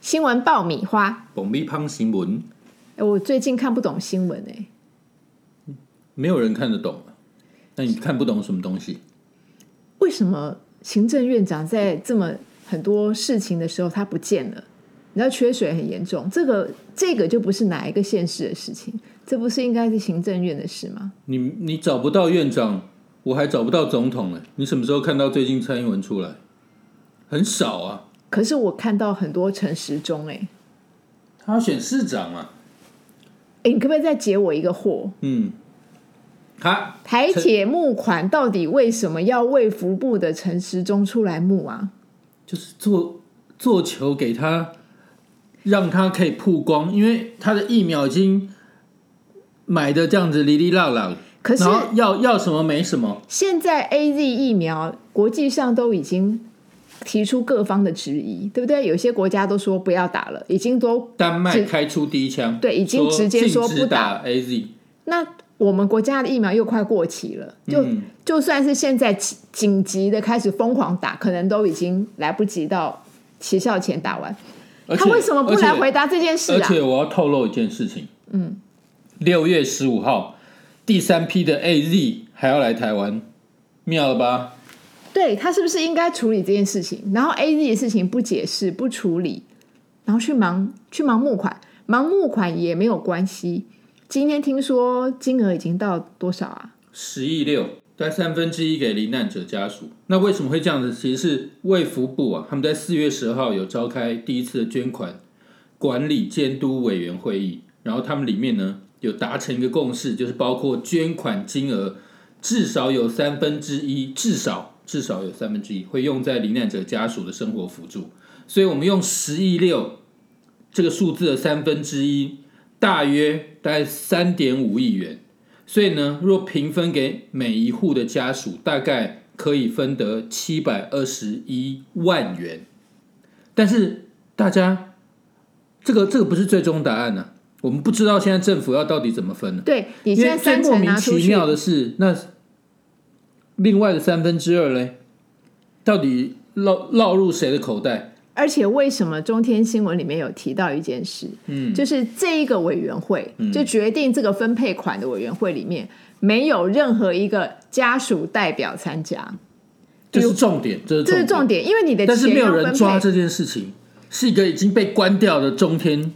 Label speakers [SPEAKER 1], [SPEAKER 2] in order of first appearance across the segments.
[SPEAKER 1] 新闻爆米花，
[SPEAKER 2] 蹦米胖新闻，
[SPEAKER 1] 哎我最近看不懂新闻哎、
[SPEAKER 2] 没有人看得懂啊。那你看不懂什么东西？
[SPEAKER 1] 为什么行政院长在这么很多事情的时候他不见了？你知道缺水很严重，这个这个就不是哪一个县市的事情，这不是应该是行政院的事吗？
[SPEAKER 2] 你你找不到院长，我还找不到总统呢。你什么时候看到最近蔡英文出来？很少啊，
[SPEAKER 1] 可是我看到很多陈时中哎、
[SPEAKER 2] 他要选市长啊。
[SPEAKER 1] 哎，你可不可以再解我一个惑？
[SPEAKER 2] 嗯，他
[SPEAKER 1] 台铁募款到底为什么要卫福部的陈时中出来募啊？
[SPEAKER 2] 就是做做球给他，让他可以曝光，因为他的疫苗已经买的这样子哩哩啦啦，
[SPEAKER 1] 可是
[SPEAKER 2] 然后要要什么没什么，
[SPEAKER 1] 现在 A Z 疫苗国际上都已经提出各方的质疑，对不对？有些国家都说不要打了，已经都
[SPEAKER 2] 丹麦
[SPEAKER 1] 是
[SPEAKER 2] 开出第一枪，
[SPEAKER 1] 对已经直接说
[SPEAKER 2] 说
[SPEAKER 1] 不
[SPEAKER 2] 禁止打 A Z，
[SPEAKER 1] 那我们国家的疫苗又快过期了，就、
[SPEAKER 2] 嗯
[SPEAKER 1] 就算是现在紧紧急的开始疯狂打，可能都已经来不及到期效前打完。
[SPEAKER 2] 而且
[SPEAKER 1] 他为什么不来回答这件事
[SPEAKER 2] 而且？而
[SPEAKER 1] 啊？
[SPEAKER 2] 且我要透露一件事情，嗯，六月十五号第三批的 A Z 还要来台湾，妙了吧？
[SPEAKER 1] 对他是不是应该处理这件事情？然后 A Z 的事情不解释不处理，然后去忙去忙募款，忙募款也没有关系。今天听说金额已经到多少啊？
[SPEAKER 2] 十亿六，但三分之一给罹难者家属。那为什么会这样子？其实是卫福部啊，他们在四月十号有召开第一次的捐款管理监督委员会议，然后他们里面呢有达成一个共识，就是包括捐款金额至少有三分之一，至少至少有三分之一会用在罹难者家属的生活辅助。所以我们用十亿六这个数字的三分之一，大约大概三点五亿元。所以呢，若平分给每一户的家属，大概可以分得七百二十一万元。但是大家，这个这个不是最终答案呢、啊我们不知道现在政府要到底怎么分呢、啊
[SPEAKER 1] 对你
[SPEAKER 2] 因
[SPEAKER 1] 现在
[SPEAKER 2] 为最
[SPEAKER 1] 三
[SPEAKER 2] 莫
[SPEAKER 1] 成
[SPEAKER 2] 名
[SPEAKER 1] 拿出
[SPEAKER 2] 其
[SPEAKER 1] 去，
[SPEAKER 2] 妙的是，那另外的三分之二嘞，到底落落入谁的口袋？
[SPEAKER 1] 而且为什么中天新闻里面有提到一件事？
[SPEAKER 2] 嗯，
[SPEAKER 1] 就是这一个委员会，就决定这个分配款的委员会里面，没有任何一个家属代表参加，
[SPEAKER 2] 这是重点，这是
[SPEAKER 1] 哎这是
[SPEAKER 2] 重
[SPEAKER 1] 重
[SPEAKER 2] 点。
[SPEAKER 1] 点，因为你的
[SPEAKER 2] 但是
[SPEAKER 1] 钱
[SPEAKER 2] 没
[SPEAKER 1] 要
[SPEAKER 2] 有
[SPEAKER 1] 分
[SPEAKER 2] 人抓
[SPEAKER 1] 配，
[SPEAKER 2] 这件事情，是一个已经被关掉的中天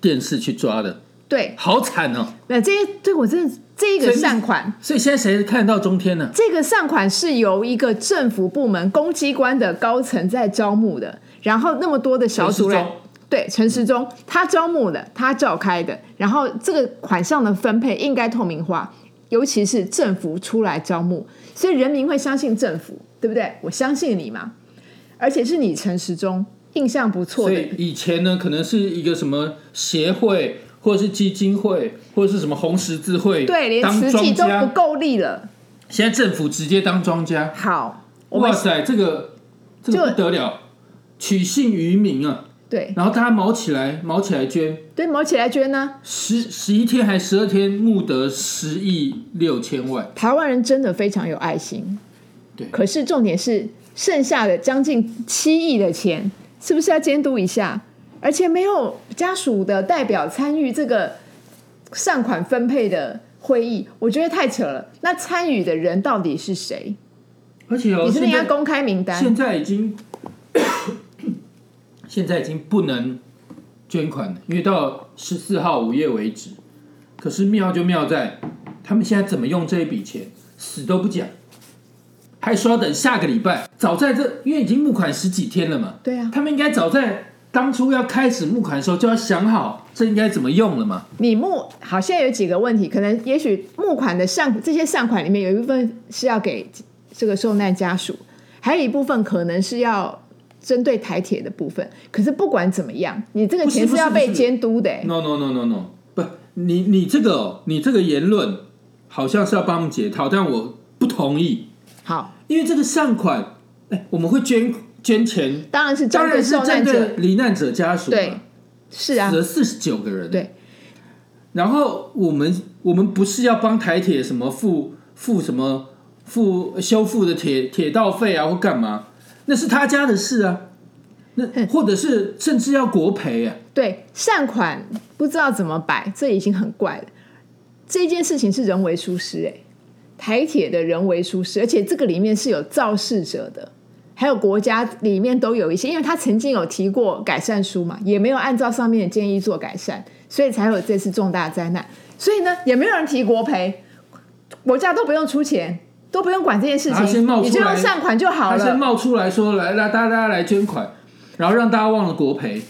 [SPEAKER 2] 电视去抓的，
[SPEAKER 1] 对，
[SPEAKER 2] 好惨哦！
[SPEAKER 1] 那这些对我真的这个
[SPEAKER 2] 所以
[SPEAKER 1] 善款。
[SPEAKER 2] 所以现在谁看得到中天呢、
[SPEAKER 1] 这个善款是由一个政府部门公机关的高层在招募的，然后那么多的小组
[SPEAKER 2] 陈时
[SPEAKER 1] 来
[SPEAKER 2] 中，
[SPEAKER 1] 对陈时中他招募的，他召开的，然后这个款项的分配应该透明化，尤其是政府出来招募，所以人民会相信政府，对不对？我相信你嘛，而且是你陈时中印象不错
[SPEAKER 2] 所
[SPEAKER 1] 的
[SPEAKER 2] 以，以前呢，可能是一个什么协会，或者是基金会，或者是什么红十字会，
[SPEAKER 1] 对，连
[SPEAKER 2] 当
[SPEAKER 1] 慈济
[SPEAKER 2] 庄
[SPEAKER 1] 都不
[SPEAKER 2] 家。
[SPEAKER 1] 够力了。
[SPEAKER 2] 现在政府直接当庄家，
[SPEAKER 1] 好，我
[SPEAKER 2] 哇
[SPEAKER 1] 们
[SPEAKER 2] 塞，这个这个
[SPEAKER 1] 就
[SPEAKER 2] 不得了，取信于民啊！
[SPEAKER 1] 对
[SPEAKER 2] 然后大家毛起来，毛起来捐，
[SPEAKER 1] 对，毛起来捐呢，
[SPEAKER 2] 十十一天还十二天，募得十亿六千万。
[SPEAKER 1] 台湾人真的非常有爱心。
[SPEAKER 2] 对，
[SPEAKER 1] 可是重点是，剩下的将近七亿的钱，是不是要监督一下？而且没有家属的代表参与这个善款分配的会议，我觉得太扯了。那参与的人到底是谁？
[SPEAKER 2] 而且哦，
[SPEAKER 1] 你是不是
[SPEAKER 2] 现
[SPEAKER 1] 应该
[SPEAKER 2] 在
[SPEAKER 1] 公开名单？
[SPEAKER 2] 现在已经 现在已经不能捐款了，因为到十四号午夜为止。可是妙就妙在，他们现在怎么用这一笔钱，死都不讲，还说要等下个礼拜。早在这，因为已经募款十几天了嘛，
[SPEAKER 1] 对啊，
[SPEAKER 2] 他们应该早在当初要开始募款的时候就要想好这应该怎么用了嘛。
[SPEAKER 1] 你募好，现在有几个问题，可能也许募款的善这些善款里面有一部分是要给这个受难家属，还有一部分可能是要针对台铁的部分。可是不管怎么样，你这个
[SPEAKER 2] 不是
[SPEAKER 1] 钱是要
[SPEAKER 2] 不是
[SPEAKER 1] 被
[SPEAKER 2] 不是
[SPEAKER 1] 监督的、欸
[SPEAKER 2] No no no no no，不，你你这个哦你这个言论好像是要帮我们解套，但我不同意。
[SPEAKER 1] 好，
[SPEAKER 2] 因为这个善款，哎，我们会捐捐钱，
[SPEAKER 1] 当然是针
[SPEAKER 2] 当
[SPEAKER 1] 对
[SPEAKER 2] 然是
[SPEAKER 1] 受难
[SPEAKER 2] 针
[SPEAKER 1] 者，
[SPEAKER 2] 对罹难者家属嘛，
[SPEAKER 1] 对是啊
[SPEAKER 2] 死，了四十九个人，啊
[SPEAKER 1] 对。
[SPEAKER 2] 然后我们我们不是要帮台铁什么付付什么呃付修复的铁铁道费啊，或干嘛？那是他家的事啊。那或者是甚至要国赔啊，
[SPEAKER 1] 对，善款不知道怎么摆，这已经很怪了。这件事情是人为疏失、欸，哎，台铁的人为疏失，而且这个里面是有肇事者的，还有国家里面都有一些，因为他曾经有提过改善书嘛，也没有按照上面的建议做改善，所以才有这次重大灾难。所以呢，也没有人提国赔，国家都不用出钱，都不用管这件事
[SPEAKER 2] 他先
[SPEAKER 1] 情，
[SPEAKER 2] 冒
[SPEAKER 1] 你就
[SPEAKER 2] 出来
[SPEAKER 1] 用善款就好
[SPEAKER 2] 他
[SPEAKER 1] 了
[SPEAKER 2] 先。冒出来说来来大家大家来捐款，然后让大家忘了国赔，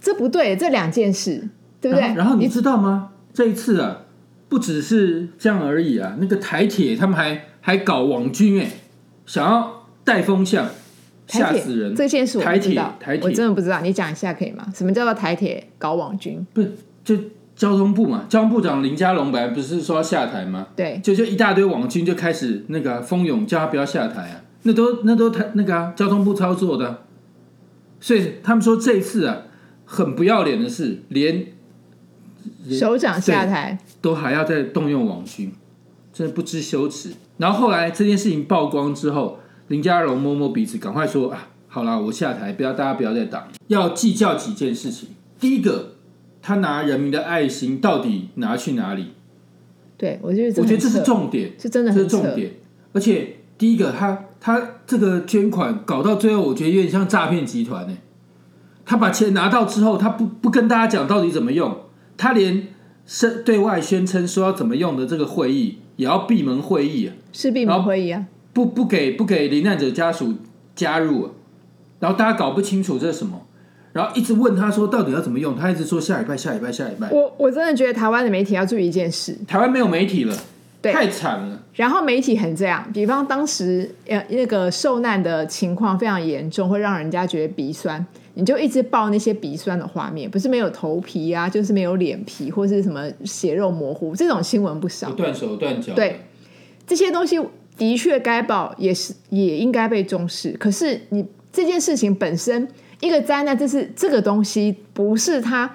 [SPEAKER 1] 这不对，这两件事，对不
[SPEAKER 2] 然
[SPEAKER 1] 对？
[SPEAKER 2] 后然后你
[SPEAKER 1] 你
[SPEAKER 2] 知道吗？这一次啊，不只是这样而已啊，那个台铁他们还还搞网军哎、想要带风向，吓
[SPEAKER 1] 台铁
[SPEAKER 2] 死人！
[SPEAKER 1] 这件事我
[SPEAKER 2] 台
[SPEAKER 1] 不知
[SPEAKER 2] 铁
[SPEAKER 1] 道，
[SPEAKER 2] 台
[SPEAKER 1] 我真
[SPEAKER 2] 铁
[SPEAKER 1] 的不知道，你讲一下可以吗？什么叫做台铁搞网军？
[SPEAKER 2] 不是就交通部嘛，交通部长林佳龙本来不是说要下台吗？
[SPEAKER 1] 对，
[SPEAKER 2] 就就一大堆网军就开始那个、啊、蜂拥叫他不要下台啊，那都那都他那个啊交通部操作的啊、所以他们说这一次啊很不要脸的是，连
[SPEAKER 1] 首长下台，
[SPEAKER 2] 都还要再动用网军，真的不知羞耻。然后后来这件事情曝光之后，林佳荣摸摸鼻子，赶快说啊，好啦，我下台，不要大家不要再挡。要计较几件事情，第一个，他拿人民的爱心到底拿去哪里？
[SPEAKER 1] 对我觉得
[SPEAKER 2] 我觉得这
[SPEAKER 1] 很
[SPEAKER 2] 是
[SPEAKER 1] 扯
[SPEAKER 2] 重点。
[SPEAKER 1] 是真的
[SPEAKER 2] 这
[SPEAKER 1] 很
[SPEAKER 2] 是重
[SPEAKER 1] 扯，
[SPEAKER 2] 点。而且第一个，他他这个捐款搞到最后，我觉得有点像诈骗集团呢、欸他把钱拿到之后，他不不跟大家讲到底怎么用，他连宣对外宣称说要怎么用的这个会议，也要闭门会议、啊，
[SPEAKER 1] 是避免会议啊，
[SPEAKER 2] 不不给不给罹难者家属加入、啊，然后大家搞不清楚这是什么，然后一直问他说到底要怎么用，他一直说下礼拜下礼拜下礼拜，
[SPEAKER 1] 我我真的觉得台湾的媒体要注意一件事，
[SPEAKER 2] 台湾没有媒体了，
[SPEAKER 1] 对
[SPEAKER 2] 太惨了。
[SPEAKER 1] 然后媒体很这样，比方当时呃那个受难的情况非常严重，会让人家觉得鼻酸，你就一直报那些鼻酸的画面，不是没有头皮啊，就是没有脸皮或是什么血肉模糊，这种新闻不少
[SPEAKER 2] 有。断手断脚，
[SPEAKER 1] 对，这些东西的确该报，也是也应该被重视。可是你这件事情本身，一个灾难，这是这个东西不是它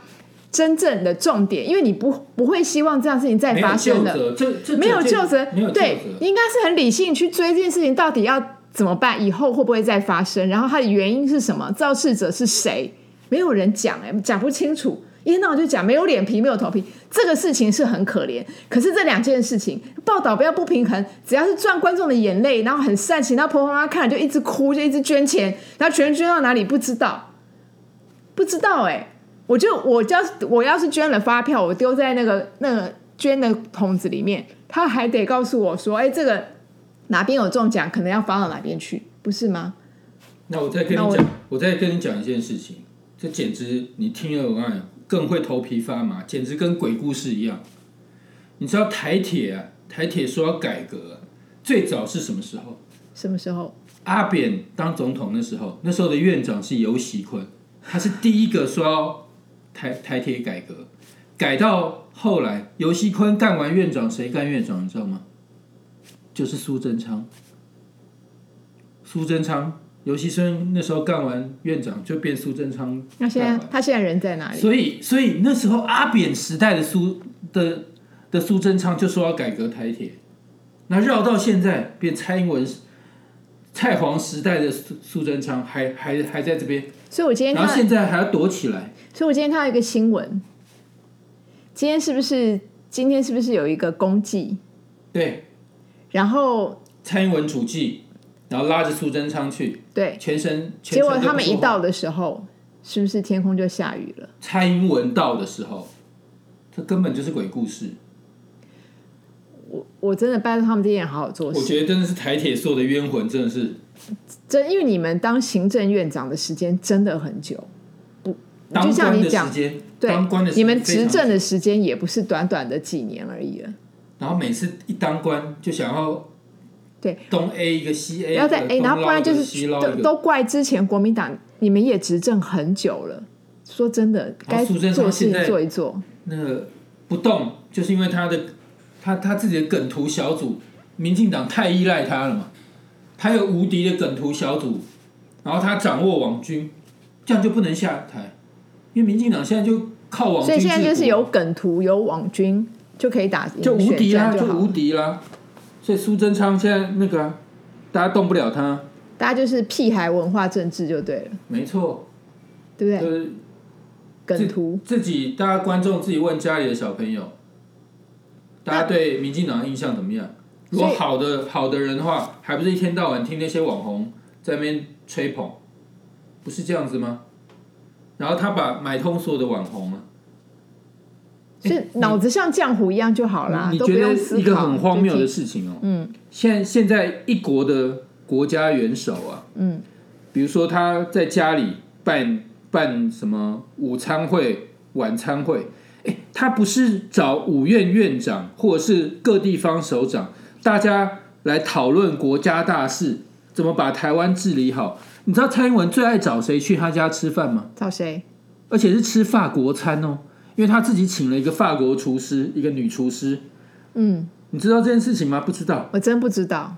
[SPEAKER 1] 真正的重点，因为你不不会希望这样的事情再
[SPEAKER 2] 没有
[SPEAKER 1] 发
[SPEAKER 2] 救
[SPEAKER 1] 生的。
[SPEAKER 2] 责，这这
[SPEAKER 1] 没有
[SPEAKER 2] 这
[SPEAKER 1] 救责
[SPEAKER 2] 没有，救
[SPEAKER 1] 对，
[SPEAKER 2] 责。
[SPEAKER 1] 应该是很理性去追这件事情到底要怎么办，以后会不会再发生，然后它的原因是什么，肇事者是谁，没有人讲、哎，讲不清楚。一天到晚就讲没有脸皮，没有头皮，这个事情是很可怜。可是这两件事情报道不要不平衡，只要是赚观众的眼泪，然后很煽情，然后婆婆妈妈看了就一直哭，就一直捐钱，然后全捐到哪里不知道，不知道哎、我就我要是我要是捐了发票，我丢在那个那个捐的桶子里面，他还得告诉我说，哎、这个哪边有中奖，可能要发到哪边去，不是吗？
[SPEAKER 2] 那我再跟
[SPEAKER 1] 那
[SPEAKER 2] 你
[SPEAKER 1] 我
[SPEAKER 2] 讲，我再跟你讲一件事情，这简直你听了我看更会头皮发麻，简直跟鬼故事一样。你知道台铁啊，台铁说要改革啊、最早是什么时候？
[SPEAKER 1] 什么时候？
[SPEAKER 2] 阿扁当总统那时候，那时候的院长是尤喜坤，他是第一个说要台台铁改革，改到后来尤喜坤干完院长，谁干院长你知道吗？就是苏贞昌。苏贞昌，尤喜坤那时候干完院长就变苏贞昌
[SPEAKER 1] 那现
[SPEAKER 2] 干
[SPEAKER 1] 在
[SPEAKER 2] 完
[SPEAKER 1] 他现在人在哪里？
[SPEAKER 2] 啊所以，所以那时候阿扁时代的苏的的苏贞昌就说要改革台铁，那绕到现在变蔡英文时蔡黄时代的苏苏贞昌还还还在这边，
[SPEAKER 1] 所以我今天
[SPEAKER 2] 然
[SPEAKER 1] 看
[SPEAKER 2] 后
[SPEAKER 1] 到，
[SPEAKER 2] 现在还要躲起来，
[SPEAKER 1] 所以我今天看到一个新闻，今天是不是今天是不是有一个公祭？
[SPEAKER 2] 对，
[SPEAKER 1] 然后
[SPEAKER 2] 蔡英文主祭，然后拉着苏贞昌去，
[SPEAKER 1] 对，
[SPEAKER 2] 全身全
[SPEAKER 1] 结
[SPEAKER 2] 身
[SPEAKER 1] 果
[SPEAKER 2] 都不
[SPEAKER 1] 他们一
[SPEAKER 2] 说话
[SPEAKER 1] 到的时候，是不是天空就下雨了？
[SPEAKER 2] 蔡英文到的时候，这根本就是鬼故事，
[SPEAKER 1] 我我真的拜托他们这些人好好做
[SPEAKER 2] 我
[SPEAKER 1] 事。
[SPEAKER 2] 觉得真的是台铁做的冤魂，真的是
[SPEAKER 1] 真因为你们当行政院长的时间真的很久，不
[SPEAKER 2] 当
[SPEAKER 1] 就像
[SPEAKER 2] 官
[SPEAKER 1] 你
[SPEAKER 2] 的时
[SPEAKER 1] 讲，
[SPEAKER 2] 间，
[SPEAKER 1] 对
[SPEAKER 2] 当官的
[SPEAKER 1] 你
[SPEAKER 2] 时间
[SPEAKER 1] 们
[SPEAKER 2] 非常
[SPEAKER 1] 执政的时间也不是短短的几年而已了。
[SPEAKER 2] 然后每次一当官就想要
[SPEAKER 1] 对
[SPEAKER 2] 东 A 一个西 A，
[SPEAKER 1] 然后再
[SPEAKER 2] 哎，
[SPEAKER 1] 哎，然后不然就
[SPEAKER 2] 西
[SPEAKER 1] 是
[SPEAKER 2] 捞
[SPEAKER 1] 都
[SPEAKER 2] 一个。
[SPEAKER 1] 都怪之前国民党，你们也执政很久了。说真的，该
[SPEAKER 2] 哦苏贞昌
[SPEAKER 1] 做的事
[SPEAKER 2] 现在
[SPEAKER 1] 情做一做，
[SPEAKER 2] 那个不动，就是因为他的他他自己的梗图小组，民进党太依赖他了嘛，他有无敌的梗图小组，然后他掌握网军，这样就不能下台，因为民进党现在就靠哦网军
[SPEAKER 1] 所以现在
[SPEAKER 2] 治
[SPEAKER 1] 就
[SPEAKER 2] 国
[SPEAKER 1] 是有梗图有网军就可以打
[SPEAKER 2] 就
[SPEAKER 1] 赢
[SPEAKER 2] 无
[SPEAKER 1] 选
[SPEAKER 2] 敌啦，
[SPEAKER 1] 战
[SPEAKER 2] 就
[SPEAKER 1] 好
[SPEAKER 2] 无
[SPEAKER 1] 了。
[SPEAKER 2] 敌啦。所以苏贞昌现在那个啊、大家动不了他，
[SPEAKER 1] 大家就是屁孩文化政治就对了。
[SPEAKER 2] 没错，
[SPEAKER 1] 对不对？
[SPEAKER 2] 就是
[SPEAKER 1] 梗图
[SPEAKER 2] 自己大家观众自己问家里的小朋友，大家对民进党的印象怎么样？如果
[SPEAKER 1] 所以
[SPEAKER 2] 好的好的人的话，还不是一天到晚听那些网红在那边吹捧，不是这样子吗？然后他把买通所有的网红啊了，
[SPEAKER 1] 是脑子像浆糊一样就好啦，
[SPEAKER 2] 你
[SPEAKER 1] 都
[SPEAKER 2] 你
[SPEAKER 1] 不
[SPEAKER 2] 觉
[SPEAKER 1] 用
[SPEAKER 2] 得
[SPEAKER 1] 思
[SPEAKER 2] 一个
[SPEAKER 1] 考。
[SPEAKER 2] 很荒谬
[SPEAKER 1] 就
[SPEAKER 2] 的
[SPEAKER 1] 听
[SPEAKER 2] 事情哦。
[SPEAKER 1] 嗯
[SPEAKER 2] 现现在一国的国家元首啊，
[SPEAKER 1] 嗯，
[SPEAKER 2] 比如说他在家里办办什么午餐会、晚餐会，诶，他不是找五院院长或者是各地方首长，大家来讨论国家大事，怎么把台湾治理好。你知道蔡英文最爱找谁去他家吃饭吗？
[SPEAKER 1] 找谁？
[SPEAKER 2] 而且是吃法国餐哦，因为他自己请了一个法国厨师，一个女厨师。
[SPEAKER 1] 嗯，
[SPEAKER 2] 你知道这件事情吗？不知道。
[SPEAKER 1] 我真不知道。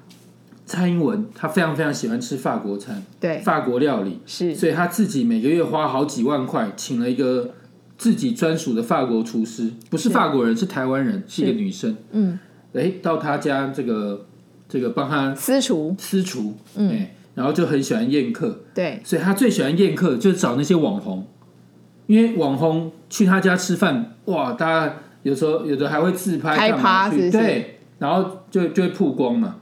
[SPEAKER 2] 蔡英文他非常非常喜欢吃法国餐、
[SPEAKER 1] 对，
[SPEAKER 2] 法国料理，
[SPEAKER 1] 是
[SPEAKER 2] 所以他自己每个月花好几万块，请了一个自己专属的法国厨师，不是
[SPEAKER 1] 是
[SPEAKER 2] 法国人，是台湾人，是一个
[SPEAKER 1] 是
[SPEAKER 2] 女生。
[SPEAKER 1] 嗯，
[SPEAKER 2] 哎，到他家这个这个帮他
[SPEAKER 1] 私厨
[SPEAKER 2] 私厨，
[SPEAKER 1] 嗯
[SPEAKER 2] 哎，然后就很喜欢宴客，
[SPEAKER 1] 对
[SPEAKER 2] 所以他最喜欢宴客就是找那些网红，因为网红去他家吃饭，哇，大家有时候有的还会自拍
[SPEAKER 1] 开
[SPEAKER 2] 干嘛
[SPEAKER 1] 趴
[SPEAKER 2] 去
[SPEAKER 1] 是不是
[SPEAKER 2] 对，然后就就会曝光嘛。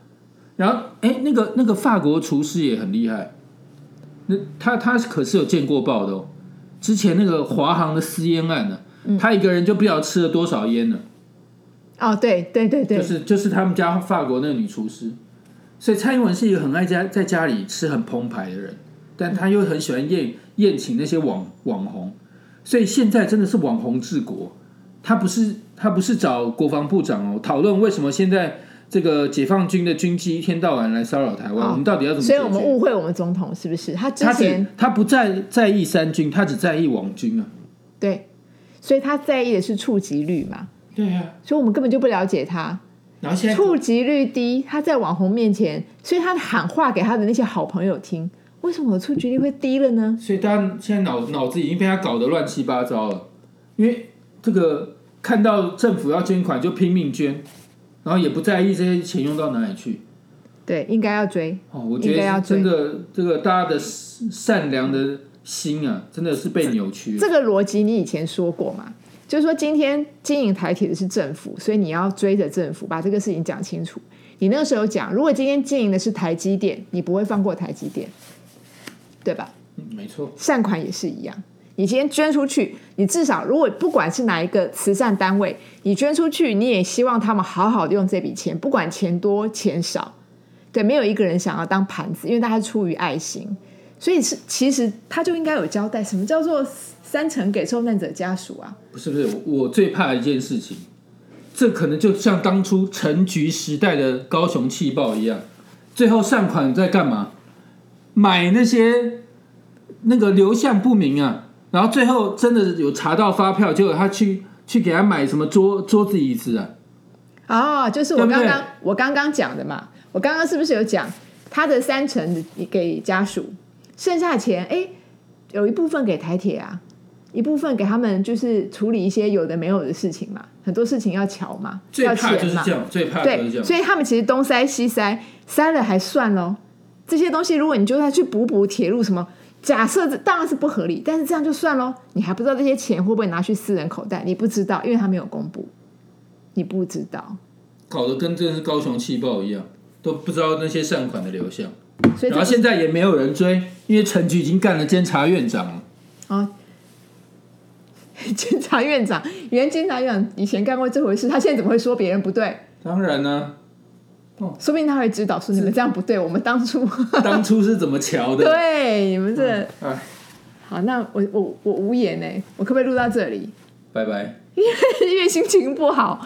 [SPEAKER 2] 然后哎，那个那个法国厨师也很厉害，那他他可是有见过报的哦。之前那个华航的私烟案呢、
[SPEAKER 1] 嗯
[SPEAKER 2] 他一个人就不知道吃了多少烟呢，
[SPEAKER 1] 哦，对对对
[SPEAKER 2] 就
[SPEAKER 1] 对，
[SPEAKER 2] 是就是他们家法国那个女厨师，所以蔡英文是一个很爱家在家里吃很澎湃的人，但他又很喜欢宴宴请那些网网红，所以现在真的是网红治国。他不是他不是找国防部长哦，讨论为什么现在这个解放军的军机一天到晚来骚扰台湾，
[SPEAKER 1] 哦
[SPEAKER 2] 我们到底要怎么
[SPEAKER 1] 所
[SPEAKER 2] 解
[SPEAKER 1] 以
[SPEAKER 2] 决？
[SPEAKER 1] 我们误会我们总统是不是？他之
[SPEAKER 2] 他
[SPEAKER 1] 前
[SPEAKER 2] 只他不在在意三军，他只在意网军啊。
[SPEAKER 1] 对，所以他在意的是触及率嘛，
[SPEAKER 2] 对呀、
[SPEAKER 1] 所以我们根本就不了解他。
[SPEAKER 2] 然后现
[SPEAKER 1] 触及率低，他在网红面前，所以他喊话给他的那些好朋友听，为什么我的触及率会低了呢？
[SPEAKER 2] 所以大家现在脑脑子已经被他搞得乱七八糟了，因为这个看到政府要捐款就拼命捐，然后也不在意这些钱用到哪里去。
[SPEAKER 1] 对，应该要追，
[SPEAKER 2] 哦，我
[SPEAKER 1] 应
[SPEAKER 2] 觉
[SPEAKER 1] 该要
[SPEAKER 2] 得
[SPEAKER 1] 追
[SPEAKER 2] 真的这个大家的善良的心啊，真的是被扭曲了。
[SPEAKER 1] 这个逻辑你以前说过嘛？就是说，今天经营台铁的是政府，所以你要追着政府把这个事情讲清楚。你那个时候讲，如果今天经营的是台积电，你不会放过台积电，对吧？
[SPEAKER 2] 嗯没错，
[SPEAKER 1] 善款也是一样。你今天捐出去，你至少如果不管是哪一个慈善单位，你捐出去，你也希望他们好好的用这笔钱，不管钱多钱少，对，没有一个人想要当盘子，因为大家出于爱心，所以是其实他就应该有交代，什么叫做三成给受难者家属啊？
[SPEAKER 2] 不是不是，我我最怕一件事情，这可能就像当初陈局时代的高雄气爆一样，最后善款在干嘛？买那些那个流向不明啊，然后最后真的有查到发票，结果他去去给他买什么桌桌子椅子啊？
[SPEAKER 1] 哦，就是我
[SPEAKER 2] 对不
[SPEAKER 1] 刚
[SPEAKER 2] 对
[SPEAKER 1] 刚我刚刚讲的嘛，我刚刚是不是有讲他的三成给家属，剩下的钱哎有一部分给台铁啊，一部分给他们就是处理一些有的没有的事情嘛，很多事情要瞧嘛，
[SPEAKER 2] 最
[SPEAKER 1] 要
[SPEAKER 2] 怕
[SPEAKER 1] 钱
[SPEAKER 2] 就是
[SPEAKER 1] 嘛
[SPEAKER 2] 这，样，最怕就是这
[SPEAKER 1] 对，
[SPEAKER 2] 样。
[SPEAKER 1] 所以他们其实东塞西塞塞了还算喽，这些东西如果你就再去补补铁路什么。假设这当然是不合理，但是这样就算喽。你还不知道这些钱会不会拿去私人口袋，你不知道，因为他没有公布，你不知道。
[SPEAKER 2] 搞得跟真的是高雄气爆一样，都不知道那些善款的流向。
[SPEAKER 1] 所以
[SPEAKER 2] 然
[SPEAKER 1] 这
[SPEAKER 2] 后
[SPEAKER 1] 是
[SPEAKER 2] 现在也没有人追，因为陈局已经干了监察院长了。
[SPEAKER 1] 哦， 监察院长，原监察院长以前干过这回事，他现在怎么会说别人不对？
[SPEAKER 2] 当然呢、
[SPEAKER 1] 说不定他会指导说你们这样不对，我们当初
[SPEAKER 2] 当初是怎么瞧的？
[SPEAKER 1] 对你们这、
[SPEAKER 2] 哎，
[SPEAKER 1] 好，那我我我无言呢，我可不可以录到这里？
[SPEAKER 2] 拜拜。
[SPEAKER 1] 因为心情不好，